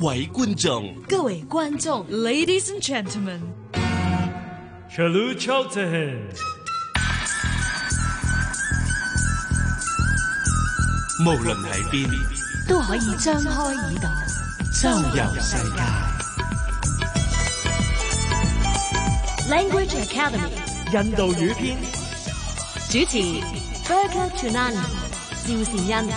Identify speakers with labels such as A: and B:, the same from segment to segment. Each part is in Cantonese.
A: 位觀眾，
B: 各位觀眾，Ladies and Gentlemen，
C: Chalu Chalten，
A: 無論喺邊，
B: 都可以張開耳朵，
A: 周遊世界。
D: Language Academy
C: 印度語篇，
D: 主持 Berger Tunani 趙善恩，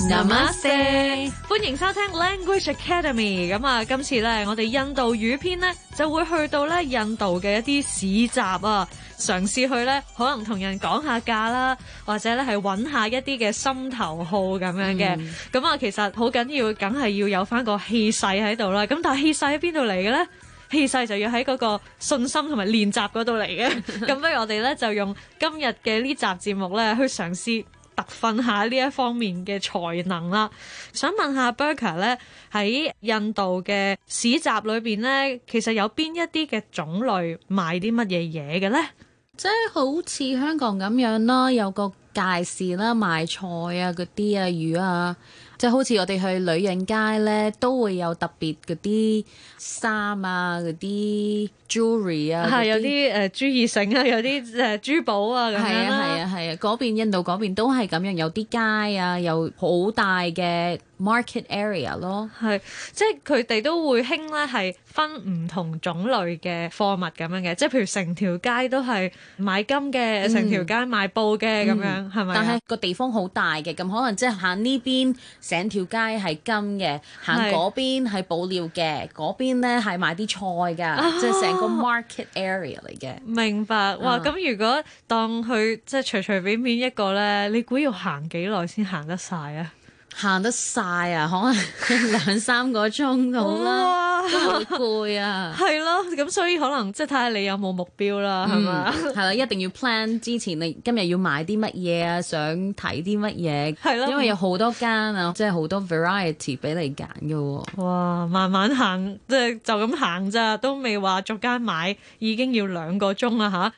D: Namaste
B: 歡迎收聽 Language Academy。咁啊，今次咧我哋印度語篇呢，就會去到咧印度嘅一啲市集啊，嘗試去咧可能同人講下價啦，或者咧係揾下一啲嘅心頭好咁樣嘅。咁啊、其實好緊要，梗係要有翻個氣勢喺度啦。咁但係氣勢喺邊度嚟嘅咧？氣勢就要喺嗰個信心同埋練習嗰度嚟嘅。咁不如我哋咧就用今日嘅呢集節目咧去嘗試特訓下呢一方面嘅才能啦。想問下 Berker 咧，喺印度嘅市集裏邊咧，其實有邊一啲嘅種類賣啲乜嘢嘢嘅咧？
E: 即係好似香港咁樣啦，有個街市啦，賣菜啊、嗰啲啊、魚啊，即係好似我哋去女人街咧，都會有特別嗰啲衫啊、嗰啲 jewelry 啊，
B: 係有
E: 嗰
B: 啲誒珠意繩啊， 有啲誒珠寶啊咁
E: 係
B: 樣
E: 啊係
B: 啦。
E: 啊係啊，嗰邊印度嗰邊都係咁樣，有啲街啊，有好大嘅 market area 咯。
B: 係，即係佢哋都會興咧，係分唔同種類嘅貨物咁樣嘅，即係譬如成條街都係買金嘅，成條街賣布嘅咁樣，係咪啊？
E: 嗯但係個地方好大嘅，咁可能即係行呢邊成條街係金嘅，行
B: 係
E: 嗰邊係布料嘅，嗰邊咧係賣啲菜㗎，即係成個 market area 嚟嘅。
B: 明白，哇！
E: 啊
B: 咁、如果當佢即係隨隨便便一個咧，你估要行幾耐先行得晒啊？
E: 行得晒啊，可 能兩三個鐘到
B: 哇，
E: 啦，都好攰啊。
B: 係咯，咁所以可能即係睇下你有冇目標啦，係嘛、
E: 嗯係啦，一定要 plan 之前你今日要買啲乜嘢啊，想睇啲乜嘢，
B: 係咯
E: 因為有好多間啊，即係好多 variety 俾你揀嘅喎。
B: 哇，慢慢行，即係就咁行咋，都未話逐間買，已經要兩個鐘啦吓。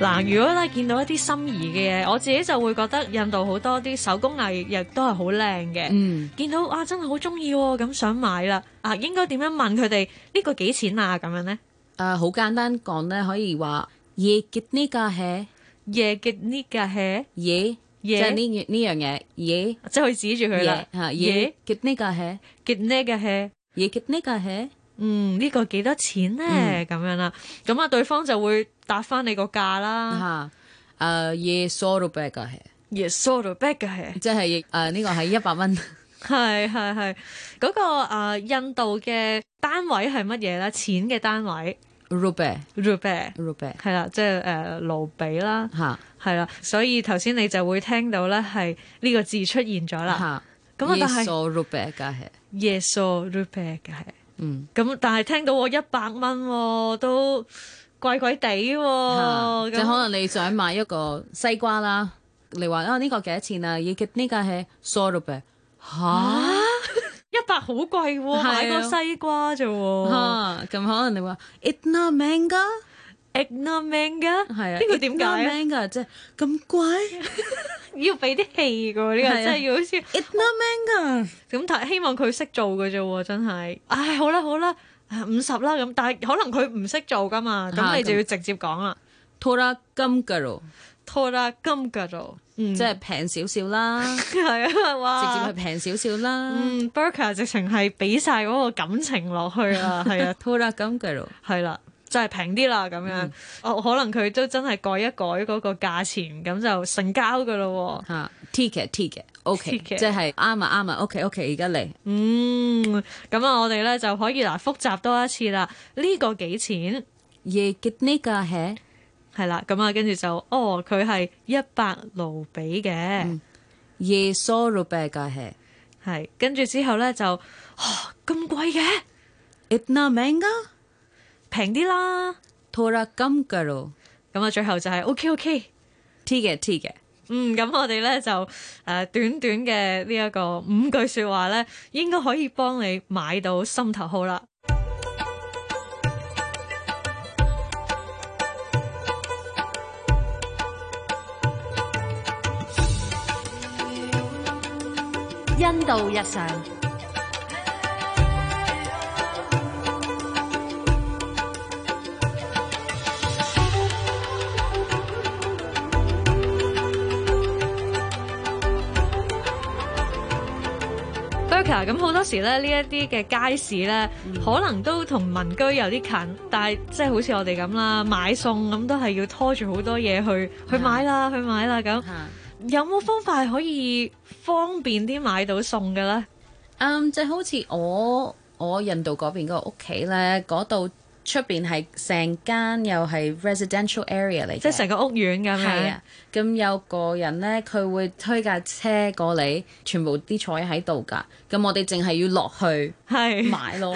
B: 嗱，如果咧見到一啲心儀嘅嘢，我自己就會覺得印度好多啲手工藝亦都係好靚嘅。
E: 嗯，
B: 見到啊，真係好中意喎，咁想買啦！啊，應該點樣問佢哋呢個幾錢啊？咁樣呢？
E: 誒好簡單講咧，可以話嘢結呢個係。
B: 夜嘅呢個係
E: 嘢，即
B: 嘢
E: 係呢樣呢樣嘢，嘢
B: 即係可以指住佢啦
E: 嘢。嚇
B: 嘢
E: 嘢，結呢個係
B: 嘅呢個係，
E: 嘢結呢個係，
B: 嗯，呢、個幾多錢呢？
E: 嗯
B: 咁樣啦，咁啊，對方就會答翻你個價啦。
E: 嚇誒嘢 s o r b a 個係，
B: 耶 s o r back 嘅 係。
E: 即係誒呢個係一百蚊。
B: 係係係，嗰、個、啊印度嘅單位係乜嘢咧？錢嘅單位
E: Ruble
B: rupee
E: ruble
B: 係啦，即係誒盧比啦，
E: 嚇
B: 係啦，所以頭先你就會聽到咧係呢個字出現咗啦。
E: 嚇，
B: 咁啊但係
E: s o r b a 個係，
B: Yeso rupee 嘅係，
E: 嗯
B: 咁但係聽到我一百蚊喎都貴貴地
E: 嚇
B: 喎，
E: 即
B: 咁
E: 係可能你想買一個西瓜啦，你話啊呢個幾多錢啊？嘢結呢個係 s o r b a 嚇
B: 一百好貴喎，
E: 係啊
B: 買個西瓜啫喎
E: 嚇，咁可能你話 itna manga
B: e g n o m a n g a
E: 係啊，
B: 呢個點解
E: itna
B: 啊
E: manga 即係咁貴
B: 要俾啲氣㗎喎，呢個
E: 係啊
B: 真係要好似。
E: itna manga。
B: 咁但係希望佢識做嘅啫喎，真係。唉，好啦好啦，五十啦咁，但係可能佢唔識做噶嘛，咁
E: 嚇
B: 你就
E: 咁
B: 要直接講啦，
E: 拖拉金㗎咯，
B: 拖啦金腳做，嗯，
E: 即係平少少啦，直
B: 係啊，
E: 接
B: 哇，
E: 係平少少 啦。
B: 嗯 b u r k e r 直情係俾晒嗰個感情落去啊，係啊，
E: 拖拉金㗎咯，
B: 係啦。就係平啲啦，咁樣、哦，可能佢都真係改一改嗰個價錢，咁就成交噶咯喎。
E: 嚇 ticket ticket，OK，
B: Ticket
E: 即係啱啊啱啊，OK OK，而家嚟
B: 嗯，咁啊，我哋咧就可以嗱複習多一次啦。呢、個幾錢？
E: 耶吉呢個係
B: 係啦，咁啊，跟住就哦，佢係一百盧比嘅，
E: 耶索魯貝個係
B: 係跟住之後咧就哦咁貴嘅，
E: Itna manga
B: 平啲啦。
E: thora kam karo
B: 咁啊，最後就係 OK OK。
E: ठीक है ठीक है
B: 嗯，咁我哋咧就誒、呃短短嘅呢一個五句説話咧，應該可以幫你買到心頭好啦。
D: 印度日常，
B: Burka 咁好多時咧，呢一啲嘅街市咧，
E: 嗯
B: 可能都同民居有啲近，但係即係好似我哋咁啦，買餸咁都係要拖住好多嘢去去
E: 嗯
B: 買啦，去買啦咁。有冇方法係可以方便啲買到餸嘅咧？
E: 嗯，即係好似我我印度嗰邊嗰個屋企咧，嗰度出邊係成間又係 residential area 嚟嘅，
B: 即係成個屋苑咁
E: 係
B: 樣
E: 啊。。咁有個人咧，佢會推架車過嚟，全部啲菜喺度㗎。咁我哋淨係要落 去
B: 係
E: 買咯。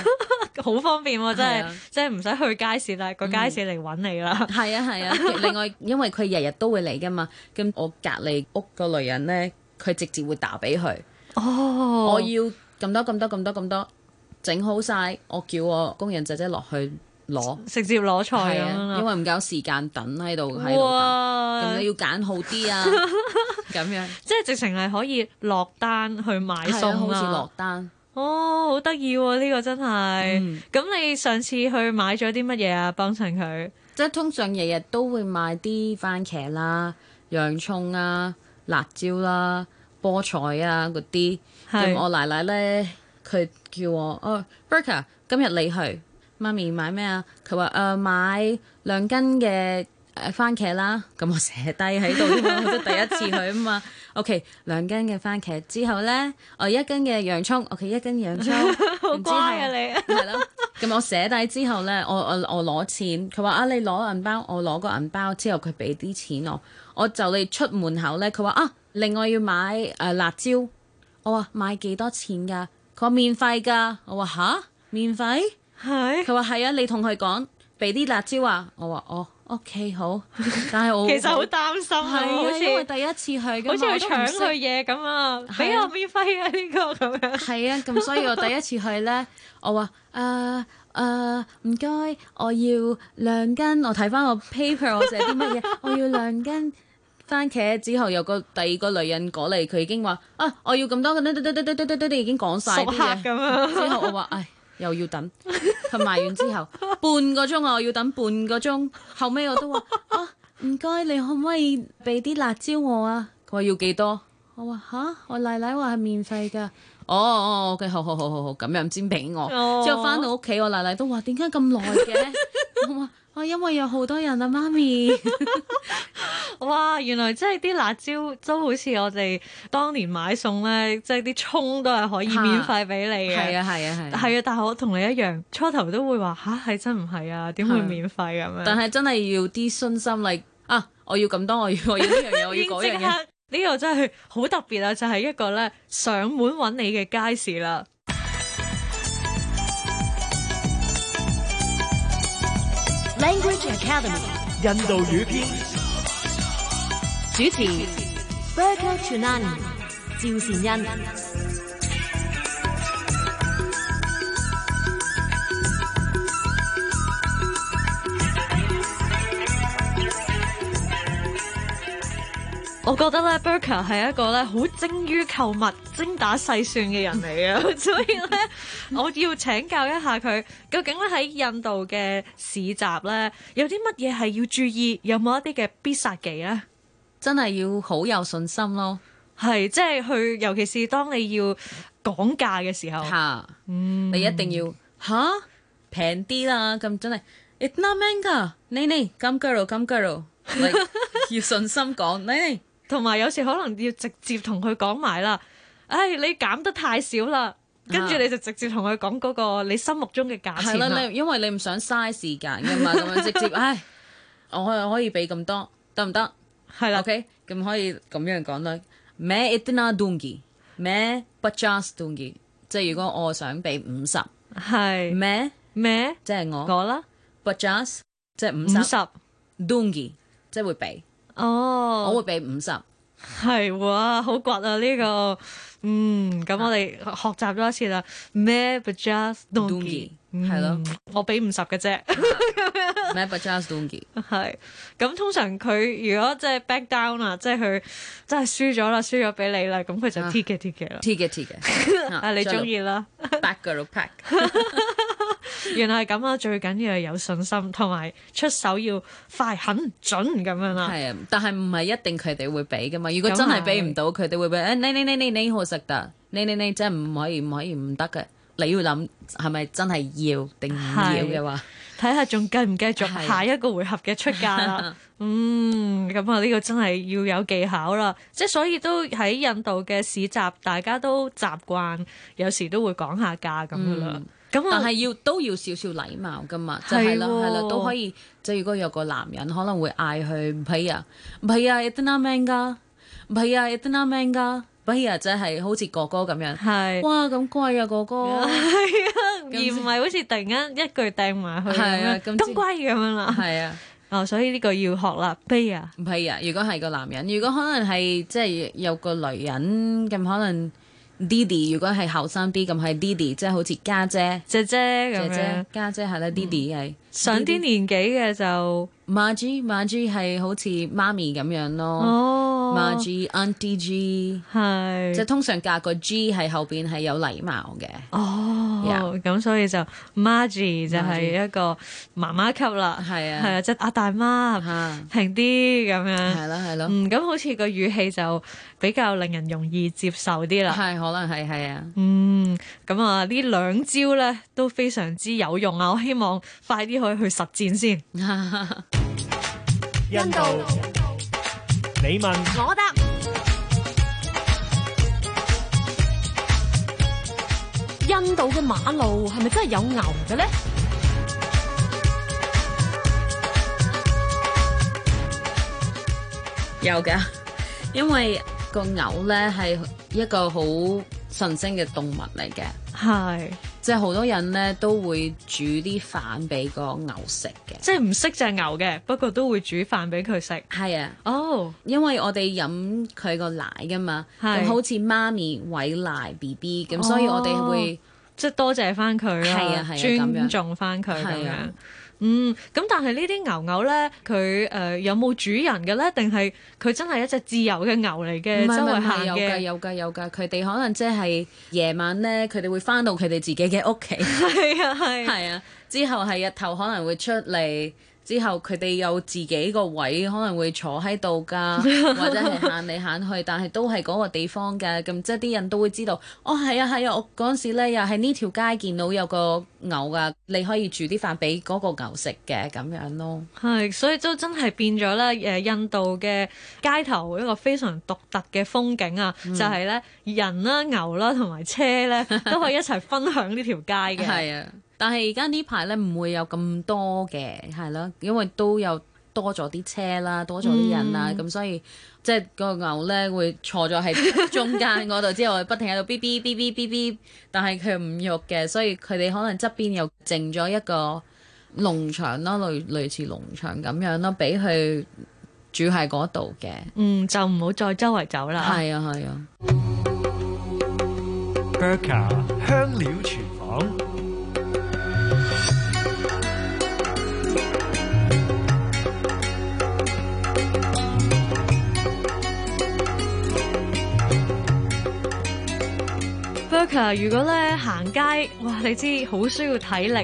B: 好方便喎、真
E: 係啊嗯
B: 係即係唔使去街市啦，個街市嚟揾你啦。
E: 係啊係啊。另外，因為佢日日都會嚟㗎嘛，咁我隔離屋個女人咧，佢直接會打俾佢。
B: 哦，
E: 我要咁多咁多咁多咁多，整好晒，我叫我工人姐姐落去攞。
B: 直接攞菜咁
E: 係
B: 樣
E: 啊，因
B: 啦。
E: 為唔夠時間等喺度喺度等，
B: 哇
E: 咁你！要揀好啲 啊，咁樣
B: 即係直情係可以落單去買
E: 係啊
B: 餸
E: 好似
B: 啦
E: 落。單。
B: 哦，好得意喎！呢個真
E: 嗯
B: 係。咁你上次去買咗啲乜嘢啊？幫襯佢。
E: 即係通常日日都會買啲番茄啦、洋葱啊、辣椒啦、菠菜啊嗰啲。
B: 係
E: 咁我奶奶咧，佢叫我哦 b e r k a 今日你去媽咪買咩啊？佢話誒買兩斤嘅。誒番茄啦，咁我寫低喺度啫嘛，我都第一次去 啊嘛。OK，兩斤嘅番茄之後咧，我一斤嘅洋葱，OK，一斤 洋葱，
B: 好
E: 好
B: 乖啊你！
E: 係咯，咁我寫低之後咧，我我我攞錢，佢話啊你攞銀包，我攞個銀包之後佢俾啲錢我，我就嚟出門口咧，佢話啊另外要買誒、呃辣椒，我話買幾多錢㗎？佢話免費㗎，我話吓？免費？
B: 係。
E: 佢話係啊，你同佢講俾啲辣椒啊，我話哦 OK 好，但係我
B: 其實好擔心啊，好
E: 係啊，因
B: 似
E: 為第一次去㗎嘛，
B: 好似去搶
E: 我都唔
B: 佢
E: 識
B: 嘢咁啊！俾
E: 係啊
B: 我免費啊呢個咁樣。
E: 係啊，咁所以我第一次去呢，我話誒誒唔該，我要兩斤。我睇翻我 paper，我寫啲乜嘢？我要兩斤番茄。之後有個第二個女人過嚟，佢已經話啊，我要咁多嘅，得得得得得得得得，已經講晒
B: 熟
E: 啲啊
B: 客
E: 嘢。
B: 咁啊樣
E: 之後我話唉。又要等，佢賣完之後半個鐘我要等半個鐘，後尾我都話啊唔該，你可唔可以俾啲辣椒我啊？佢話要幾多？我話吓，我奶奶話係免費㗎。哦哦，OK，好好好好好，咁樣先俾我。
B: 哦
E: 之後翻到屋企，我奶奶都話點解咁耐嘅？ 我話我因為有好多人啊，媽咪。
B: 哇！原來真係啲辣椒都好似我哋當年買餸咧，即係啲葱都係可以免費俾你嘅。
E: 啊係啊係啊係啊。
B: 係啊，但係我同你一樣，初頭都會話吓，係真唔係啊？點會
E: 係
B: 免費咁樣？
E: 但係真係要啲信心，嚟啊！我要咁多，我要我要呢樣嘢，我要
B: 已經
E: 嗰
B: 即
E: 樣嘢。
B: 刻呢個真係好特別啊！就係、一個咧上門揾你嘅街市啦。
D: Language Academy
C: 印度语篇。
D: 主持 Burger Tunani 趙善恩。
B: 我覺得咧 b u r k e r 係一個咧好精於購物、精打細算嘅人嚟 嘅， 所以咧我要請教一下佢，究竟咧喺印度嘅市集咧有啲乜嘢係要注意，有冇一啲嘅必殺技咧？
E: 真係要好有信心咯。
B: 係即係去，尤其是當你要講價嘅時候，
E: 嚇，你一定
B: 嗯
E: 要吓平啲啦，咁真係 it's not manga，你你咁 girl 咁 girl，Like，要信心講你
B: 同埋有時可能要直接同佢講埋啦。唉、你減得太少啦，跟住
E: 啊
B: 你就直接同佢講嗰個你心目中嘅價
E: 係
B: 錢啊
E: 啦，
B: 啦。
E: 你因為你唔想嘥時間㗎 嘛，咁樣直接唉，我可可以俾咁多得唔得
B: 係啦，
E: ？OK，咁可以咁樣講啦。咩 itna dungi，咩 b u t just dungi，即係如果我想俾五十，
B: 係
E: 咩
B: 咩？
E: 即係我
B: 我啦，
E: ，Bajas 即係五
B: 五
E: 十
B: 十
E: d u n g i 即係會俾，
B: 哦，
E: 我會俾五十。
B: 係哇，好倔啊呢、個，嗯，咁
E: 啊
B: 我哋學習咗一次啦。咩 b u j a s d o n k
E: Dongi，
B: i
E: 係咯，
B: 我俾五十嘅啫，
E: 咩 Bajas d u n g i
B: 係。咁通常佢如果即係 back down 啦，即係佢真係輸咗啦，輸咗俾你啦，咁佢就
E: 啊
B: t 嘅 t 嘅啦。
E: T 嘅 T 嘅，
B: 啊，你中意啦，
E: back 嘅 pack，
B: 原來係咁啊！最緊要係有信心，同埋出手要快、狠、準咁樣啦。
E: 係啊，但係唔係一定佢哋會俾噶嘛？如果
B: 咁
E: 真係
B: 係
E: 俾唔到，佢哋會俾誒你你你你你好食得，你你你真係唔可以唔可以唔得嘅。你要諗係咪真係要定唔要嘅話，
B: 睇下仲繼唔繼續
E: 係
B: 下一個回合嘅出價 啦。嗯，咁啊呢個真係要有技巧啦。即係所以都喺印度嘅市集，大家都習慣，有時都會講下價咁噶啦
E: 嗯。
B: 咁
E: 但
B: 啊
E: 係要都要少少禮貌噶嘛，就
B: 係
E: 係啦係啦
B: 喎，
E: 都可以。即係如果有個男人可能會嗌佢唔係啊，唔係啊，itna manga，唔係啊，itna manga，唔係啊，即係好似哥哥咁樣。
B: 係，
E: 哇，咁貴啊，哥哥。
B: 而唔係好似突然間一句掟埋去
E: 係啊
B: 咁樣
E: 咁
B: 咁貴咁樣啦。
E: 係啊。
B: 哦，所以呢個要學啦，卑啊，
E: 唔係啊，如果係個男人，如果可能係即係有個女人咁，可能 Didi，如果係後生啲咁係 Didi，即係好似家姐、
B: 姐姐咁
E: 姐嗯
B: 樣嗯
E: 姐、。家姐係啦，Didi 係
B: 上啲年紀嘅就
E: Margie Margie 係好似媽咪咁樣咯
B: 哦，嗯
E: ，Margie Auntie G，
B: 係
E: 即係通常嫁個 G 係後邊係有禮貌嘅，
B: 哦，咁所以就 Margie 就係一個媽媽級啦，
E: 係啊
B: 係啊，即係阿大媽
E: 嚇
B: 平啲咁樣，
E: 係咯係咯，
B: 啊嗯，咁好似個語氣就比較令人容易接受啲啦。
E: 係可能係係啊，
B: 嗯，咁啊呢兩招咧都非常之有用啊！我希望快啲可以去實踐先。
C: 印度，你問
D: 我答印度嘅馬路係咪真係有牛嘅咧？
E: 有㗎，因為個牛咧係一個好神聖嘅動物嚟嘅。
B: 係，
E: 即係好多人咧都會煮啲飯俾個牛食嘅。
B: 即係唔識隻牛嘅，不過都會煮飯俾佢食。
E: 係啊，
B: 哦，
E: 因為我哋飲佢個奶噶嘛，
B: 係
E: 咁好似媽咪餵奶 B B 咁，所以我哋會
B: 即係多謝翻佢
E: 係
B: 啦
E: 啊係，啊咁
B: 尊
E: 樣
B: 重翻佢咁
E: 係啊
B: 樣。嗯，咁但係呢啲牛牛咧，佢誒、呃有冇主人嘅咧？定係佢真係一隻自由嘅牛嚟嘅，
E: 唔係
B: 周
E: 唔係
B: 圍
E: 唔係
B: 行
E: 有㗎
B: 嘅？
E: 有㗎有㗎，佢哋可能即係夜晚咧，佢哋會翻到佢哋自己嘅屋 企，
B: 係啊係。
E: 係啊，之後係日頭可能會出嚟。之後佢哋有自己個位，可能會坐喺度㗎，或者係行嚟行去，但係都係嗰個地方㗎。咁即係啲人都會知道，哦係啊係啊，我嗰陣時咧又喺呢條街見到有個牛㗎，你可以煮啲飯俾嗰個牛食嘅咁樣咯。
B: 係，所以都真係變咗咧誒，印度嘅街頭一個非常獨特嘅風景啊，
E: 嗯
B: 就係咧人啦、牛啦同埋車 咧都可以一齊分享呢條街嘅。
E: 係啊，但係而家呢排咧唔會有咁多嘅，係咯，因為都有多咗啲車啦，多咗啲人啊啦，咁、所以即係個牛咧會坐咗喺中間嗰度之後，不停喺度嗶嗶嗶嗶嗶嗶，但係佢唔喐嘅，所以佢哋可能側邊又剩咗一個農場咯，類類似農場咁樣咯，俾佢住喺嗰度嘅。
B: 嗯，就唔好再周圍走啦。
E: 係啊，係啊，
C: Burka 香料廚房，
B: Burka，如果咧行街，哇！你知好需要體力，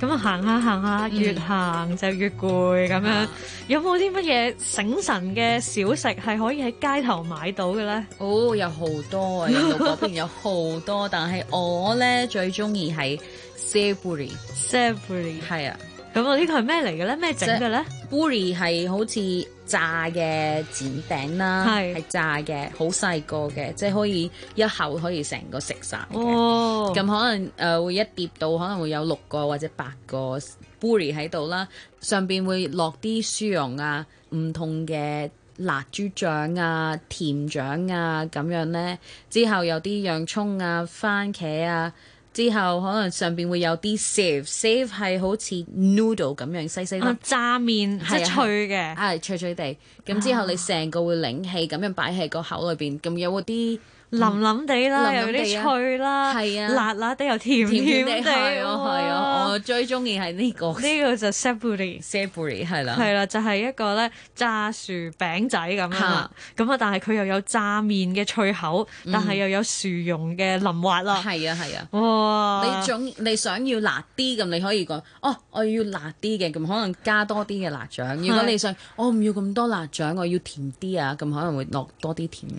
B: 咁啊行下行下，
E: 嗯
B: 越行就越攰咁
E: 啊
B: 樣。有冇啲乜嘢醒神嘅小食係可以喺街頭買到嘅咧？
E: 哦，有好 多啊，印度嗰邊有好多，但係我咧最中意係 s e b u r i
B: s a b u r y
E: 係啊
B: 咁啊呢個係咩嚟嘅咧？咩整嘅咧？
E: ，buri 係好似炸嘅剪餅啦，
B: 係
E: 係炸嘅，好細個嘅，即係可以一口可以成個食晒嘅。
B: 哦，
E: 咁可能誒、呃、會一碟到可能會有六個或者八個 buri 喺度啦，上邊會落啲蒜蓉啊，唔同嘅辣椒醬啊、甜醬啊咁樣咧，之後有啲洋葱啊、番茄啊。之後可能上邊會有啲 save，save 係好似 noodle 咁樣細細
B: 啊
E: 粒，
B: 炸面即
E: 係啊
B: 係脆嘅，
E: 係脆脆地。咁之後你成個會擰起咁樣擺喺個口裏邊，咁有嗰啲
B: 淋淋地啦，有
E: 淋淋地
B: 啲
E: 啊
B: 脆啦，
E: 係啊
B: 辣辣地又甜
E: 甜
B: 地
E: 甜地係啊係啊，
B: 哇
E: 我最中意係呢個
B: 呢個就 s a b u r i
E: s a b u r y 係啦，
B: 係啦，就係一個咧炸薯餅仔咁樣啦
E: 嚇，
B: 咁啊，但係佢又有炸面嘅脆口，但係又有薯蓉嘅淋滑啦，
E: 係啊係啊。
B: 哇！
E: 你總你想要辣啲咁，你可以講哦，我要辣啲嘅，咁可能加多啲嘅辣醬。如果你想我唔要咁多辣醬，我要甜啲啊，咁可能會落多啲甜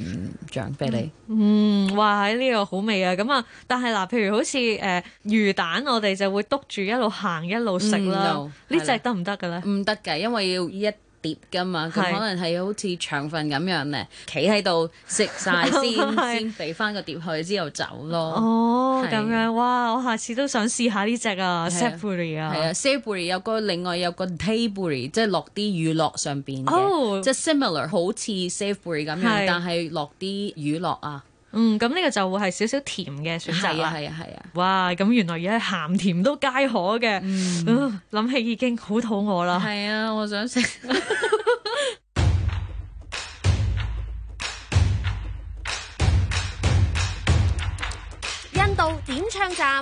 E: 醬俾你。
B: 嗯，哇！喺呢個好味啊，咁啊，但係嗱，譬如好似誒、呃、魚蛋，我哋就會篤住一路行一路食啦
E: 嗯，
B: 呢
E: ，no，
B: 只得唔得嘅咧？
E: 唔得㗎，因為要一碟㗎嘛，
B: 嗯
E: 咁
B: 係
E: 可能係好似腸粉咁樣咧，企喺度食晒
B: 係
E: 先，先俾翻個碟佢，之後走咯。
B: 哦，
E: 嗯係
B: 咁樣哇！我下次都想試下呢只啊 s a b u r i
E: 係
B: 啊，
E: 啊 s a b u r y 有個另外有個 tabury，即係落啲乳酪上邊
B: 哦
E: 嘅，即係 similar 好似 s a b u r y 咁
B: 係
E: 樣，但係落啲乳酪啊。
B: 嗯，咁呢個就會係少少甜嘅選擇
E: 係啊
B: 啦。
E: 係啊係啊，
B: 哇！咁原來而家係鹹甜都皆可嘅，嗯諗起已經好肚餓啦。
E: 係啊，我想食。
D: 印度點唱站，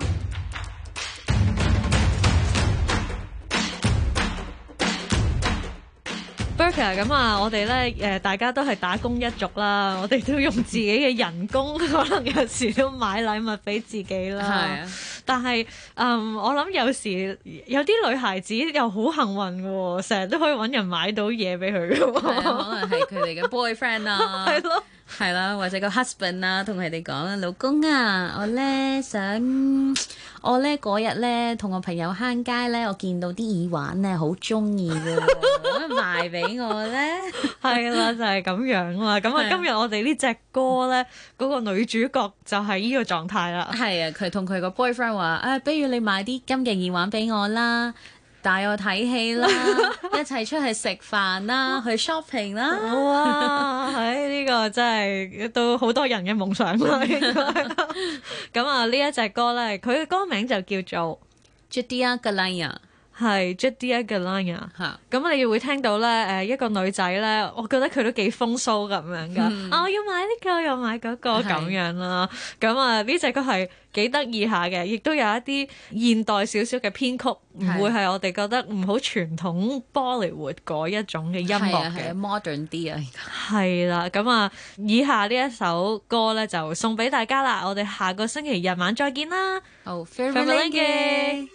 B: Burger 咁啊，我哋咧誒大家都係打工一族 啦，我哋都用自己嘅人 工，可能有時都買禮物俾自己
E: 係
B: 啦。
E: 啊，
B: 但係嗯，我諗有時有啲女孩子又好幸運嘅喎，成日都可以揾人買到嘢俾佢嘅
E: 係
B: 喎。
E: 啊，可能係佢哋嘅 boyfriend 啊，
B: 係咯，
E: 係啦，或者個 husband 啊，同佢哋講啊，老公啊，我咧想，我咧嗰日咧同我朋友行街咧，我見到啲耳環咧好中意嘅喎， 賣俾我咧，
B: 係啦，就係咁樣啦。咁啊，
E: 係啊
B: 今日我哋呢只歌咧，嗰個女主角就係呢個狀態啦。
E: 係啊，佢同佢個 boyfriend 話啊，不如你買啲金嘅耳環俾我啦。帶我睇戲 啦，一齊出去食飯啦，去 shopping 啦。
B: 哇！喺呢個真係都好多人嘅夢想啦，應該。咁啊，呢一隻歌咧，佢嘅歌名就叫做
E: Judia g a l a y a
B: 係 Judia Galania。
E: 嚇，
B: 咁你會聽到咧，誒一個女仔咧，我覺得佢都幾風騷咁樣噶。啊，我要買呢、個，又買嗰、個
E: 係
B: 咁樣啦。咁啊，呢隻歌係幾得意下嘅，亦都有一啲現代少少嘅編曲，唔
E: 係
B: 會係我哋覺得唔好傳統 Bollywood 嗰一種嘅音
E: 係
B: 樂
E: 啊係
B: 嘅
E: 啊。modern 啲啊，
B: 係啦，咁啊，以下呢一首歌咧就送俾大家啦，我哋下個星期日晚再見啦，
E: 好
B: Favorite Language